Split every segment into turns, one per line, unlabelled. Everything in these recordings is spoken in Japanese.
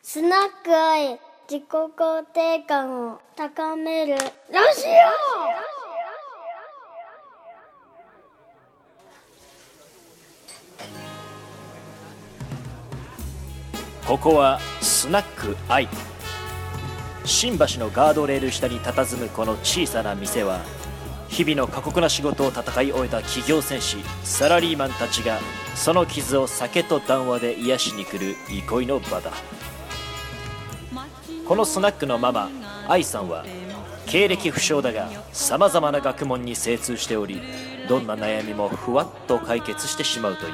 スナック愛、自己肯定感を高める。ラジ
ここはスナックアイ新橋のガードレール下に佇むこの小さな店は日々の過酷な仕事を戦い終えた企業戦士サラリーマンたちがその傷を酒と談話で癒しに来る憩いの場だこのスナックのママ愛さんは経歴不詳だがさまざまな学問に精通しておりどんな悩みもふわっと解決してしまうという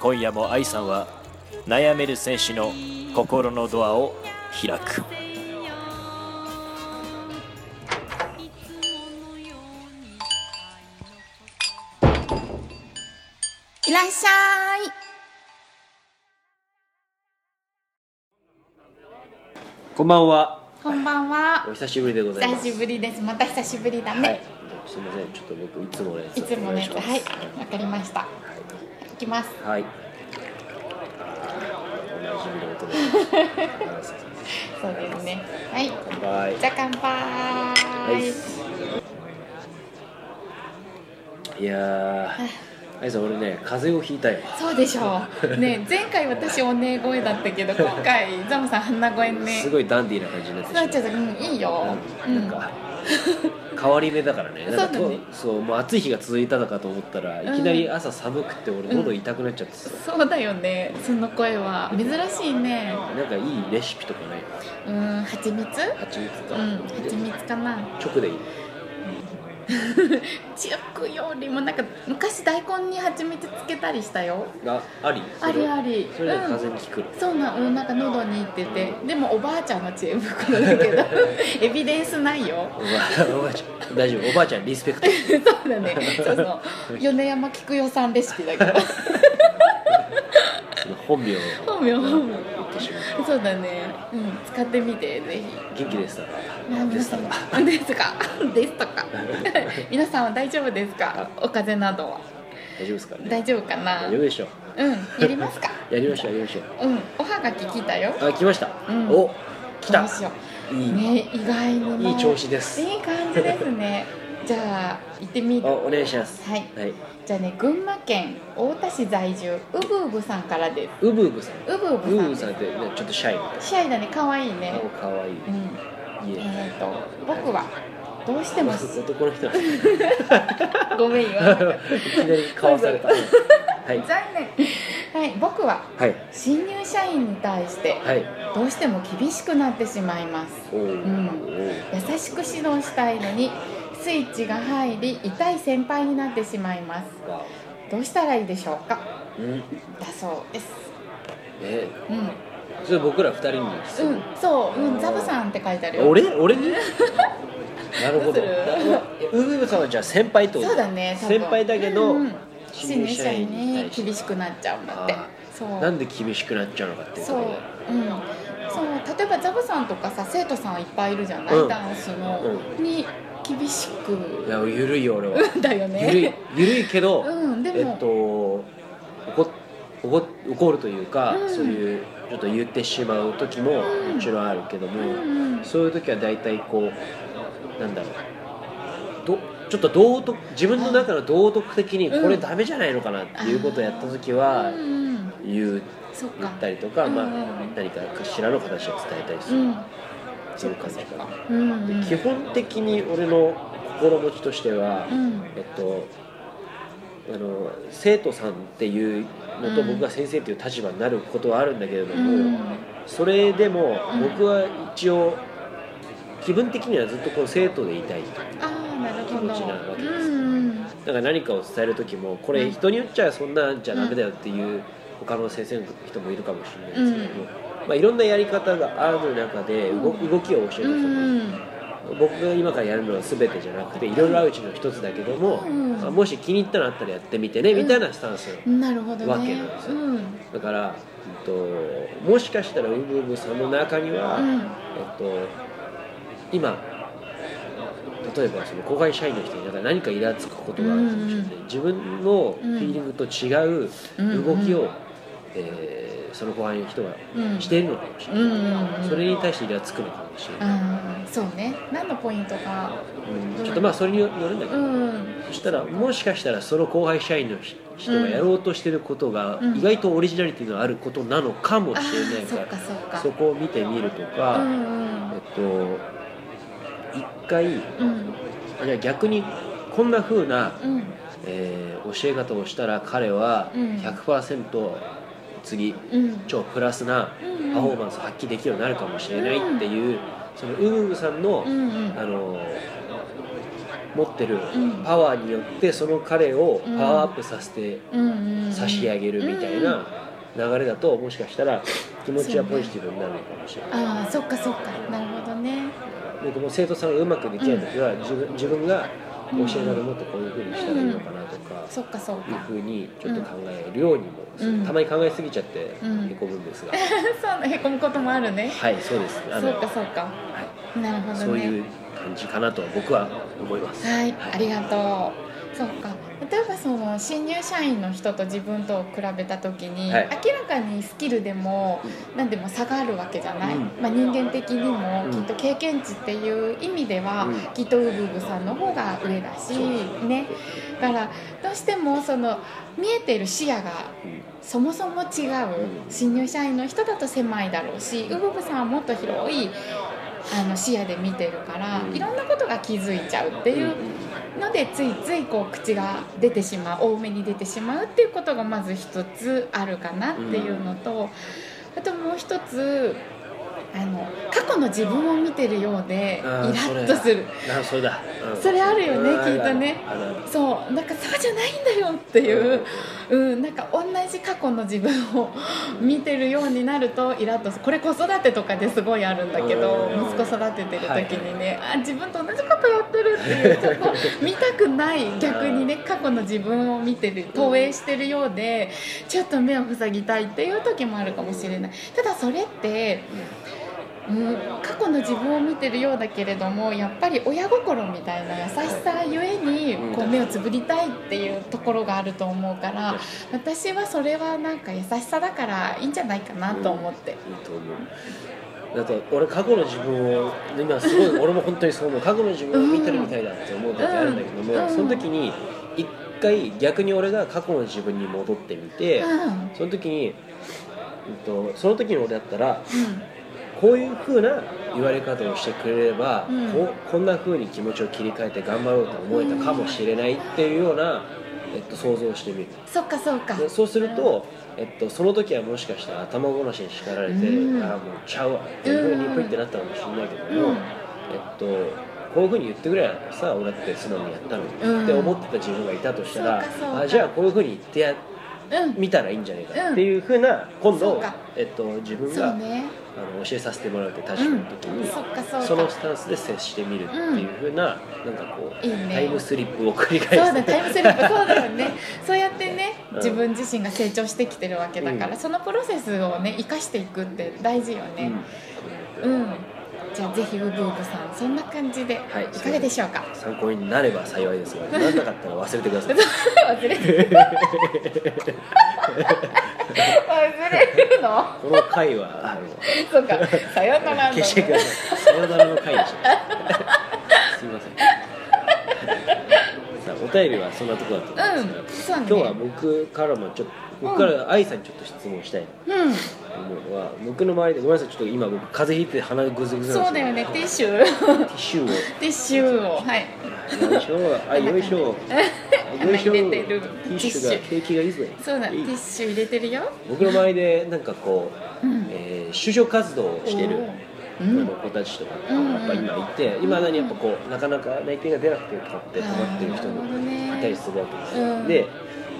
今夜も愛さんは悩める選手の心のドアを開く
いらっしゃい。
こんばんは。
こんばん
お
は。
久しぶりでございま
久
す。
しぶりです。また久しぶりだね。
はい。すみません、ちょっと僕いつものやつ
い、つものやつ。
お願
はい
しま。
わかりました。いきます。
すはい。はい。おなじみの音で。
そうですね。はい。
乾杯。
じゃあ乾杯。
いやー、あいさん、俺ね、風邪をひいたよ。
そうでしょう。 ね、前回私おねえ声だったけど、今回ザムさん鼻声ね
す。ごいダンディーな感じになってしま
そううちょっとうんいいよ。う
なん
ん。
か、変わり目だからねなんか
そう
と
だね
そうもう暑い日が続いたのかと思ったらいきなり朝寒くて俺喉痛くなっちゃってさ、
そうだよね。その声は珍しいね。
なんかいいレシピとかない
うん、蜂蜜？
蜂蜜
う
か、
ん、蜂蜜かな。
直でいい
チークよりもなんか昔大根に蜂蜜つけたりしたよ
あありそ
あ
れ
りあり
それで
うん
風に効くの、
そうなうんなんか喉にいっててでもおばあちゃんの知恵袋だけど エビデンスないよ
おばおばあちゃん大丈夫おばあちゃんリスペクト
そうだねそうそう米山菊代さんレシピだ けど
その本名を
本名本名
言ってしまう
そうだねうん使ってみてぜひ
元気でした
な
か
ん
で
で
した
す
か
かですか ですとか皆さんは大丈夫ですかお風邪などは
大丈夫ですかね
大丈夫かな
大
う
丈
ん
夫でしょう
やりますか
やりましょうやりましょう
うんおはがき来たよ
あ来ました、
うん
お来た
どうしよ
いうい、
ね意外にね
いい調子です
いい感じです ねじゃあ行ってみる
あお願いします
はい
はい
じゃあね群馬県太田市在住うぶうぶさんからです
ウブウブさん
うぶう
ウブウ
ぶ
ブ
さ
さ
ん
んって、ね、ちょっとシャイみたい
シャイだね可愛いね
な顔かわいい
うん
家
えっ、ー、と僕はどうしても し
男の人なんだい
ごめん言わなかっ
きなり顔されたはい
た残念はい僕は
はい
新入社員に対して
はい
どうしても厳しくなってしまいます
おお、
ん
おー
優しく指導したいのにスイッチが入り痛い先輩になってしまいます
わ
どうしたらいいでしょうか
おうん
だそうです
え
うん
それ僕ら二人に質
うん
問、
そう、うん、ザブさんって書いてあるよ
俺俺になるほ
ど
ど
うする
ウブウブさんはじゃあ先輩ってこと
そうだね多分
先輩だけど、
うんうん
新
新
入
入
社
社
員
員
に対
に
して
厳しくなっちゃうんだって
あ
そう
なんで厳しくなっちゃうのかっていうと
そう
こ
う
ろ
んそう例えばザブさんとかさ生徒さんいっぱいいるじゃない、
うん
ダンスの、に厳しく
でいや緩いよ俺は
だよね
緩い緩いけど、
うんでも、
えっと怒っ怒っ怒るというか、
うん
そういうちょっと言ってしまう時も
うん
もちろんあるけども、
うんうん
そういう時は大体こうなんだろうどちょっと道徳自分の中の道徳的に
うん
これダメじゃないのかなっていうことをやった時は
うんうん
言う
そっ
言
か
ったりとか、
うん
まあ、何かしらの形で伝えたりす
う
る、
ん
そういう感じかな。
うんう
で
ん
基本的に俺の心持ちとしては、
うん
えっとあの生徒さんっていうのと
うん
僕が先生という立場になることはあるんだけれど
う
も、
ん
それでも
うん
僕は一応気分的にはずっとこう生徒でいたいと
ああなるほど
気持ちなわけです
うんうん
だから何かを伝える時もこ
う
れ
ん
人によっちゃそんなんじゃダメだよっていう他の先生の人もいるかもしれないですけど、まあ、いろんなやり方がある中で動,、動きを教える人
う
もいる
ん
僕が今からやるのは全てじゃなくていろいろあるうちの一つだけども、
うん
あもし気に入ったのあったらやってみてねみたいなスタンス、
うんなるほどね
わけなんですよ
うん
だから、えっと、もしかしたらウブウブさんの中には、
う
えっ
ん
と、今例えばその後輩社員の人になんか何かイラつくことがあるかもしれない、
うん
自分のフィーリングと違う動きを、えーその後輩の人が
うん
しているのかもしれ
う
ない、
んうんうん
それに対してイラつくのかもしれない、
あーそうね何のポイントか
うんちょっとまあそれによるんだけ
う
ど、
ん
そしたらもしかしたらその後輩社員のひ人がやろうとしてることが
うん
意外とオリジナリティのあることなのかもし
あ
れないか
ーそ
ら、
っかそっか
そこを見てみるとか、
うん
えっと一回
うんうん
あじゃあ逆にこんな風な、
うん
えー教え方をしたら彼は
うん
100%次
うん
超プラスな
うんうん
パフォーマンスを発揮できるようになるかもしれないっていうそのウググさんの、
うんうん
あの持ってる
うん
パワーによってその彼をパワーアップさせて
うんうん
差し上げるみたいな流れだともしかしたら気持ちはポジティブになるのかもしれない。
ああそっかそっかなるほどね
僕も生徒さんがうまくできない時は自分自分が教えながらもっとこういうふうにしたらいいのかなとか、
そっかそっ
いう
か
ふうにちょっと考えるようにも、
うん
たまに考えすぎちゃって
うん
へこむんですが、
そうへこむこともあるね
はいそうです
そっかそっか
は
なるほど
い、
ね
そういう感じかなと僕は思います
はい、ありがとう。そうか。例えばその新入社員の人と自分とを比べた時に、
はい
明らかにスキルでも何でも差があるわけじゃない、
うん
まあ、人間的にも
うん
きっと経験値っていう意味では、
うん
きっとウブウブさんの方が上だしねだからどうしてもその見えてる視野が
うん
そもそも違う新入社員の人だと狭いだろうしウブブさんはもっと広いあの視野で見てるから、
うん
いろんなことが気づいちゃうっていうのでついついこう口が出てしまう多めに出てしまうっていうことがまず一つあるかなっていうのと、あともう一つあの過去の自分を見てるようでイ
あ
ラ
ーそれ
ッとする
あそれだ、うん
それあるよね
うん
きっとね
あるあるある
そうなんかそうじゃないんだよっていう、うん、なんか同じ過去の自分を見てるようになるとイラッとするこれ子育てとかですごいあるんだけど
うん
息子育ててる時にね、あ自分と同じことやってるっていうちょっと見たくない逆にね過去の自分を見てる投影してるようでちょっと目を塞ぎたいっていう時もあるかもしれないただそれって、うん、過去の自分を見てるようだけれどもやっぱり親心みたいな優しさゆえに
うん
こう目をつぶりたいっていうところがあると思うから
よ
私はそれはなんか優しさだからいいんじゃないかなと思って。
いいと思うだって俺過去の自分を今すごい俺も本当にそう思う過去の自分を見てるみたいだって思う時あるんだけども、
うん
その時に一回逆に俺が過去の自分に戻ってみて、
うん
その時に、うんと、その時の俺だったら
うん
こういう風な言われ方をしてくれれば、
うん
こうこんな風に気持ちを切り替えて頑張ろうと思えたかもしれないっていうような、えっと、想像をしてみる。
そっかそっか
でそうすると、えっと、その時はもしかしたら頭ごなしに叱られて、
うん
ああもうちゃうわっていうふう
う
に
ん
プイってなったかもしれないけども、
うん
えっとこういうふうに言ってくれやさ俺だって素直にやったの
う
に
ん
って思ってた自分がいたとしたら、
そうかそうか
あじゃあこういうふうに言ってや
うん
見たらいいんじゃないか
うん
っていうふうな今
そう
度
か、
えっと、自分
そ
が、
うね
あの教えさせてもらうって立場の時
うん
に、
そっかそっか
そのスタンスで接してみるっていうふうな,、なんかこう
いいね
タイムスリップを繰り
そう
返
だ
して
タイムスリップそうだよねそうやってね
うん
自分自身が成長してきてるわけだから、そのプロセスをね生かしていくって大事よねうん、じゃあぜひウブウブさんそんな感じで
はい
いかがでしょうか、
参考になれば幸いですがならなかったら忘れてください
忘れてる忘れるの
この回はあの
そうかさよならだね
消してくださいさよならの回でしたすいませんさあお便りはそんなとこだと思いま
うん
す
そ
が、
うね
今日は僕からもちょっと僕から愛さんにちょっと質問したいな
うん
と思うのは僕の周りでごめんなさいちょっと今僕風邪ひいて鼻ぐずぐず
そ
な
うんだ
です
よ
けど
ねティッシュ
ティッシュを
ティッシュをはい
よいしょあよいしょよ いしょ
入
テ
れてる
ィッシュが景気がいいぜ
そうだティッシュ入れてるよ
僕の周りでなんかこう、
うん
えー就職活動をしてる
う
あ
ん
の子たちとかが
うん
やっぱ今いていまだにやっぱこうなかなか内定が出なくてとかって困ってる人もいたりするわけですよ、
うん
で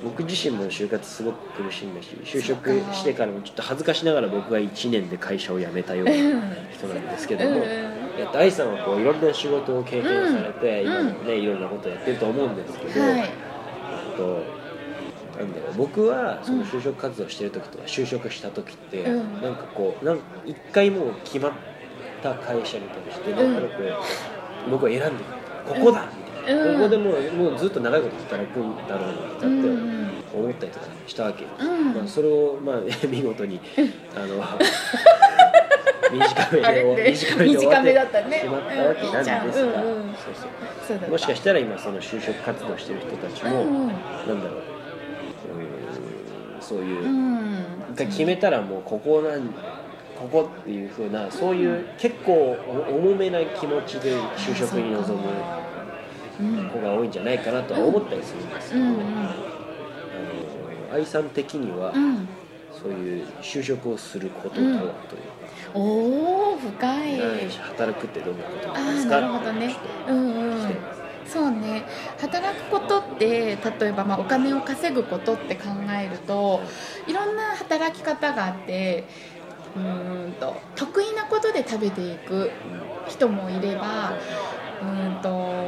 僕自身も就活すごく苦しんだし就職してからもちょっと恥ずかしながら僕は1年で会社を辞めたような人なんですけども、
うん
えっと、愛さんはこういろんな仕事を経験されて、
うん
今もねいろんなことやってると思うんですけど、
はい
えっとなんだろう僕はその就職活動してる時とか就職した時って、
うん
なんかこうなん一回もう決まった会社に対してなんとなく僕は選んでここだみたいな、
うん
ここでもうもうずっと長いこと働くんだろうなって
う
思っ
ん
て、
うん
思ったりとかしたわけ、
ん
まあ、それを、まあ、 見事にあ の短めで
あれって
短めで終わ
短めだ
っ
った
て
ね
しまったわけなんですが、
うんいいじゃんうんうん
そうそう
そうだった
もしかしたら今その就職活動してる人たちも、
うんう
な
ん
んだろうそういうそういう、
うん
が決めたらもうここなんここっていうふうなそういう結構お重めな気持ちで就職に臨む
うん
子が多いんじゃないかなとは思ったりするんですけ
う
ど、
ん
あの愛さん的には、
うん
そういう就職をすることとはというか、
おお深い
何し働くってどんなこと
あ
なんで
ー
す
な
か
るほどねうんうんそうね働くことって例えばまあお金を稼ぐことって考えるといろんな働き方があってうーんと得意なことで食べていく人もいればうーんと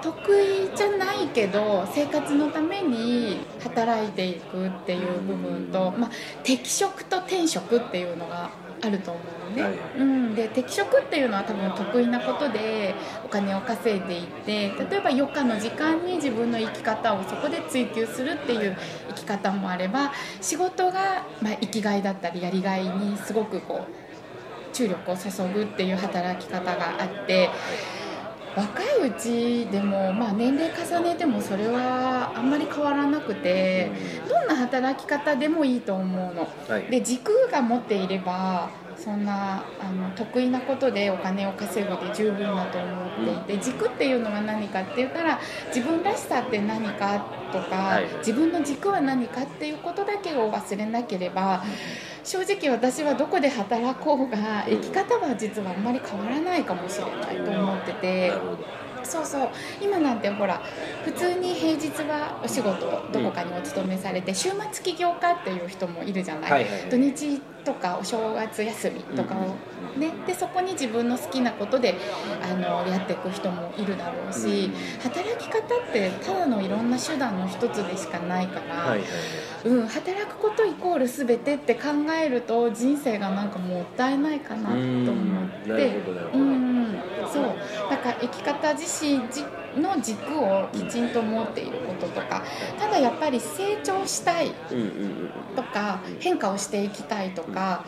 得意じゃないけど生活のために働いていくっていう部分と、まあ、適職と転職っていうのがあると思うのね、
はい
うん、で適職っていうのは多分得意なことでお金を稼いでいって例えば余暇の時間に自分の生き方をそこで追求するっていう生き方もあれば仕事が、まあ、生きがいだったりやりがいにすごくこう注力を注ぐっていう働き方があって若いうちでも、まあ、年齢重ねてもそれはあんまり変わらなくてどんな働き方でもいいと思うの。
はい
で時空が持っていればそんなあの得意なことでお金を稼ぐで十分だと思っていて、軸っていうのは何かって言ったら自分らしさって何かとか、
はい
自分の軸は何かっていうことだけを忘れなければ正直私はどこで働こうが
うん
生き方は実はあんまり変わらないかもしれないと思ってて。
なるほど
そうそう今なんてほら普通に平日はお仕事をどこかにお勤めされて、週末起業家っていう人もいるじゃない、
はいはいはい
土日とかお正月休みとかを、ね、でそこに自分の好きなことであのやっていく人もいるだろうし、
うん
働き方ってただのいろんな手段の一つでしかないから、
はいはい
うん、働くことイコール全てって考えると人生がなんかもったいないかなと思っ
うんなる
て
ほどなるほど
うんうんそうだから生き方自身の軸をきちんと持っていることとかただやっぱり成長したい
うんうんうん
とか変化をしていきたいとか、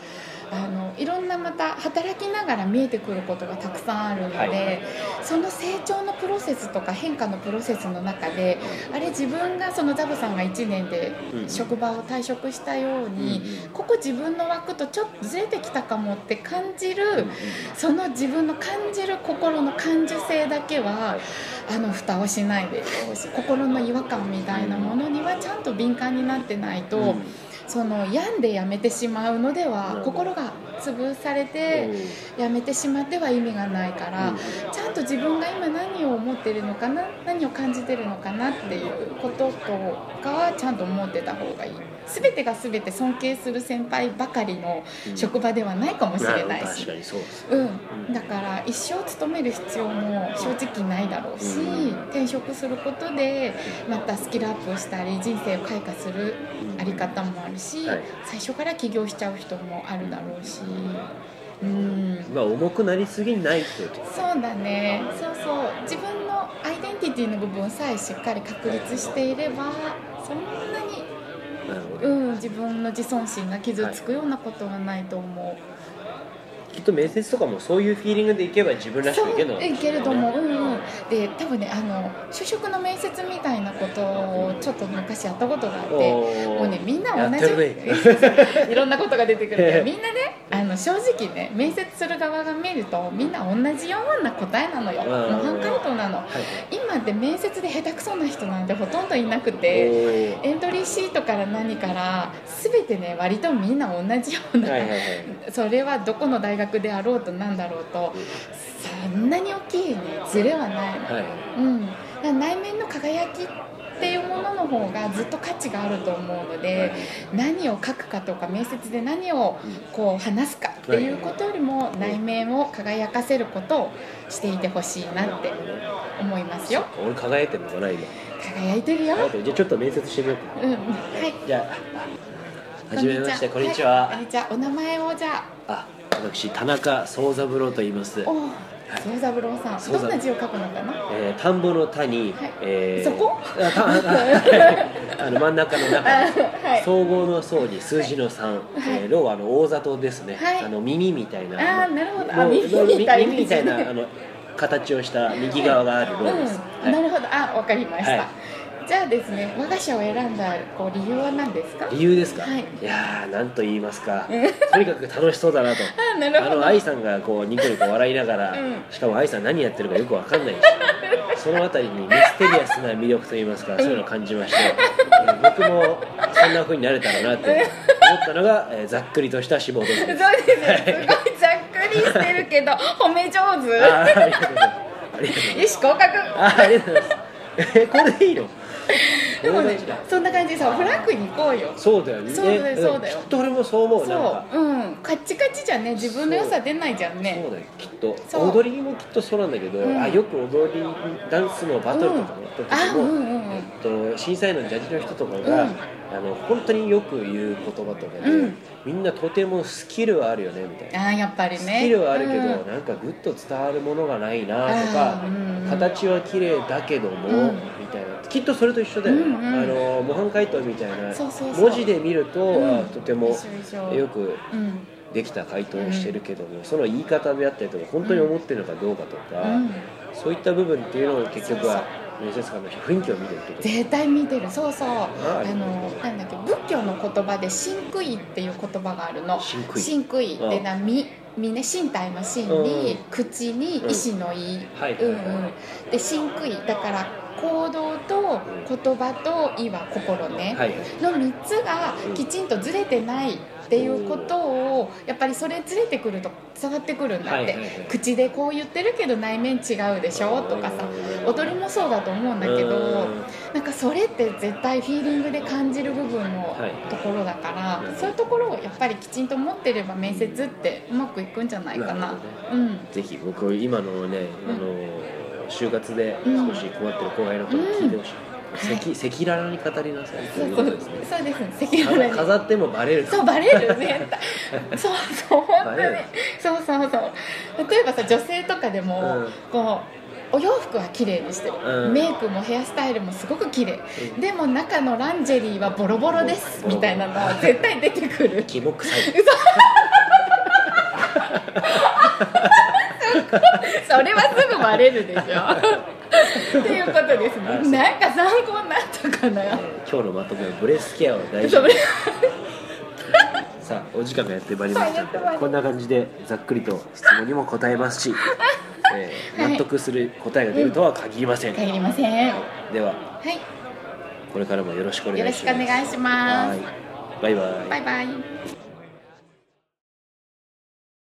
あのいろんなまた働きながら見えてくることがたくさんあるので、
はい
その成長のプロセスとか変化のプロセスの中であれ自分がそのザブさんが1年で
うん
職場を退職したように、
うんうん
ここ自分の枠とちょっとずれてきたかもって感じる、その自分の感じる心の感受性だけはあの蓋をしないでほしい心の違和感みたいなものにはちゃんと敏感になってないと、
うん
その病んでやめてしまうので
な
は
るほど
心が潰されてやめてしまっては意味がないから、
うん
ちゃんと自分が今何を思ってるのかな何を感じてるのかなっていうこととかはちゃんと思ってた方がいい全てが全て尊敬する先輩ばかりの
うん
職場ではないかもし
なる
れ
ほど
ない
確
し
か、にそうです
うん、だから一生勤める必要も正直ないだろうし、
うん
転職することでまたスキルアップしたり人生を開花するあり方もあるし、
はい
最初から起業しちゃう人もあるだろうし、うん、
まあ重くなりすぎないってこと
そうだねそうそう自分のアイデンティティの部分さえしっかり確立していればそんなに、
なるほど、
うん、自分の自尊心が傷つくようなことはないと思う、
きっと面接とかもそういうフィーリングでいけば自分らし
そ
く
う
いけるのかもしれ
い
ない
けると思う、うんうん、で多分ねあの就職の面接みたいなことをちょっと昔やったことがあって
おー
もうねみんな同じ
やってるね
いろんなことが出てくるけ どみんなねあの正直ね面接する側が見るとみんな同じような答えなのよ
うん
模範解答なの
はい
今って面接で下手くそな人なんてほとんどいなくて
おー
エントリーシートから何から全てね割とみんな同じような、
はいはいはい
それはどこの大学であろうとなんだろうとそんなに大きいねズレはないの、
はい
うん、だから内面の輝きっていうものの方がずっと価値があると思うので、何を書くかとか面接で何をこう話すかっていうことよりも内面を輝かせることをしていてほしいなって思いますよ
俺輝いてるのかな今
輝いてるよ、
輝いてるじゃあちょっと面接してみようか
うん、はい
じゃあはじめましてこんにちは、
い、こんにちはお名前をじゃ
あ私田中宗三郎と言います
あおー
は
宗三郎さん
宗三郎
どんな字を書くのかな
えー田んぼの田に、
はい
えー
そこ
あたはいあの真ん中の中、
はい
総合の層に数字の3、えー、ロはあの大里ですね、
はい
あの耳みたいな
あー
あの
なるほどあ
ロ
耳みたいですね
耳みたいなあの形をした右側があるロです、
う
は
ん
い
なるほどあわかりました、
はい
じゃあですね我が社を選んだこう理由は何ですか
理由ですか、
はい
やーなんと言いますかとにかく楽しそうだなと
あなる
あ
ほど
の愛さんがこうニコニコ笑いながら、
うん
しかも愛さん何やってるかよくわかんないしそのあたりにミステリアスな魅力といいますかそういうのを感じまして、えー僕もそんな風になれたらなって思ったのが、えーざっくりとした志望動機
そう
で
です
す
ねすごいざっくりしてるけど褒め上
あー
手
ありがとうございますありがとうございます
よし合格
あーありがとうございますえーこれでいいの
でもね
これが
そんな感じでさフランクに行こうよ
そうだよね
そうだよそうだよ
きっと俺もそう思うなん
そ
か
ううんカッチカチじゃね自分の良さ出ないじゃん
そ
ね
うだよきっと
そう
踊りもきっとそうなんだけど、
うん
あよく踊りダンスのバトルとかもやった時も、
うんあうんうんうん
えっと、審査員のジャッジの人とかが、
うん
あの本当によく言う言葉とかで、
うん
みんなとてもスキルはあるよねみたいな、
ああやっぱりね
スキルはあるけど、
うん
なんかグッと伝わるものがないなと
あ
か、
ーうんうん
形は綺麗だけども、
うん
みたいなきっとそれと一緒だよね、
うんうん
あの模範解答みたいな
そうそうそう
文字で見ると、
うん
あとても
一緒一緒
よく
うん
できた回答をしてるけども、その言い方であったりとか本当に思ってるのかどうかとか、
うん
そういった部分っていうのを結局は面接官の雰囲気を見てるってこと
絶対見てるそうそうあ
あ
のなんだっけ仏教の言葉で「神悔」っていう言葉があるの
真空
神悔ってな身身ね身体の身に、
うん
口に意志の意、
はいはいはい
うんうんで神悔だから行動と言葉と意は心ね、
はい
の3つがきちんとずれてないっていうことをやっぱりそれずれてくると伝わってくるんだって、
はいはいはい
口でこう言ってるけど内面違うでしょとかさ踊りもそうだと思うんだけ
う
ど
ん
なんかそれって絶対フィーリングで感じる部分の
はい
ところだから、
うん
そういうところをやっぱりきちんと持ってれば面接ってうまくいくんじゃないかな
なるほ
うん
ぜひ僕今のね、
うん
あの就活で少し困ってる後輩のことに聞いてほしい
うん
赤赤裸々に語りなさいと
そう
いう
そ
こ
う
とですね
そうですね赤裸々に
飾ってもバレる
そうバレる絶対そうそう本当
バ
に
レる
そうそうそう例えばさ女性とかでも、
うん
こうお洋服は綺麗にしてる、
うん
メイクもヘアスタイルもすごく綺麗、
うん
でも中のランジェリーはボロボロです
ボロボロ
みたいなのは絶対出てくる
キモ臭い
それはすぐバレるでしょっていうことです
あそう
ねなんか参考になったかな
えー今日のまとめはブレスケアを大事
そ
に
れ
さあお時間がやってまいりましたので
はいやってまいりました
こんな感じでざっくりと質問にも答えます し、えー
はい
納得する答えが出るとは限りません、
限りませんは
ではこれからもよろしくお
い
願
よろ
い
し
し
くお
ます
願いします
はいバイバイ
バイバイ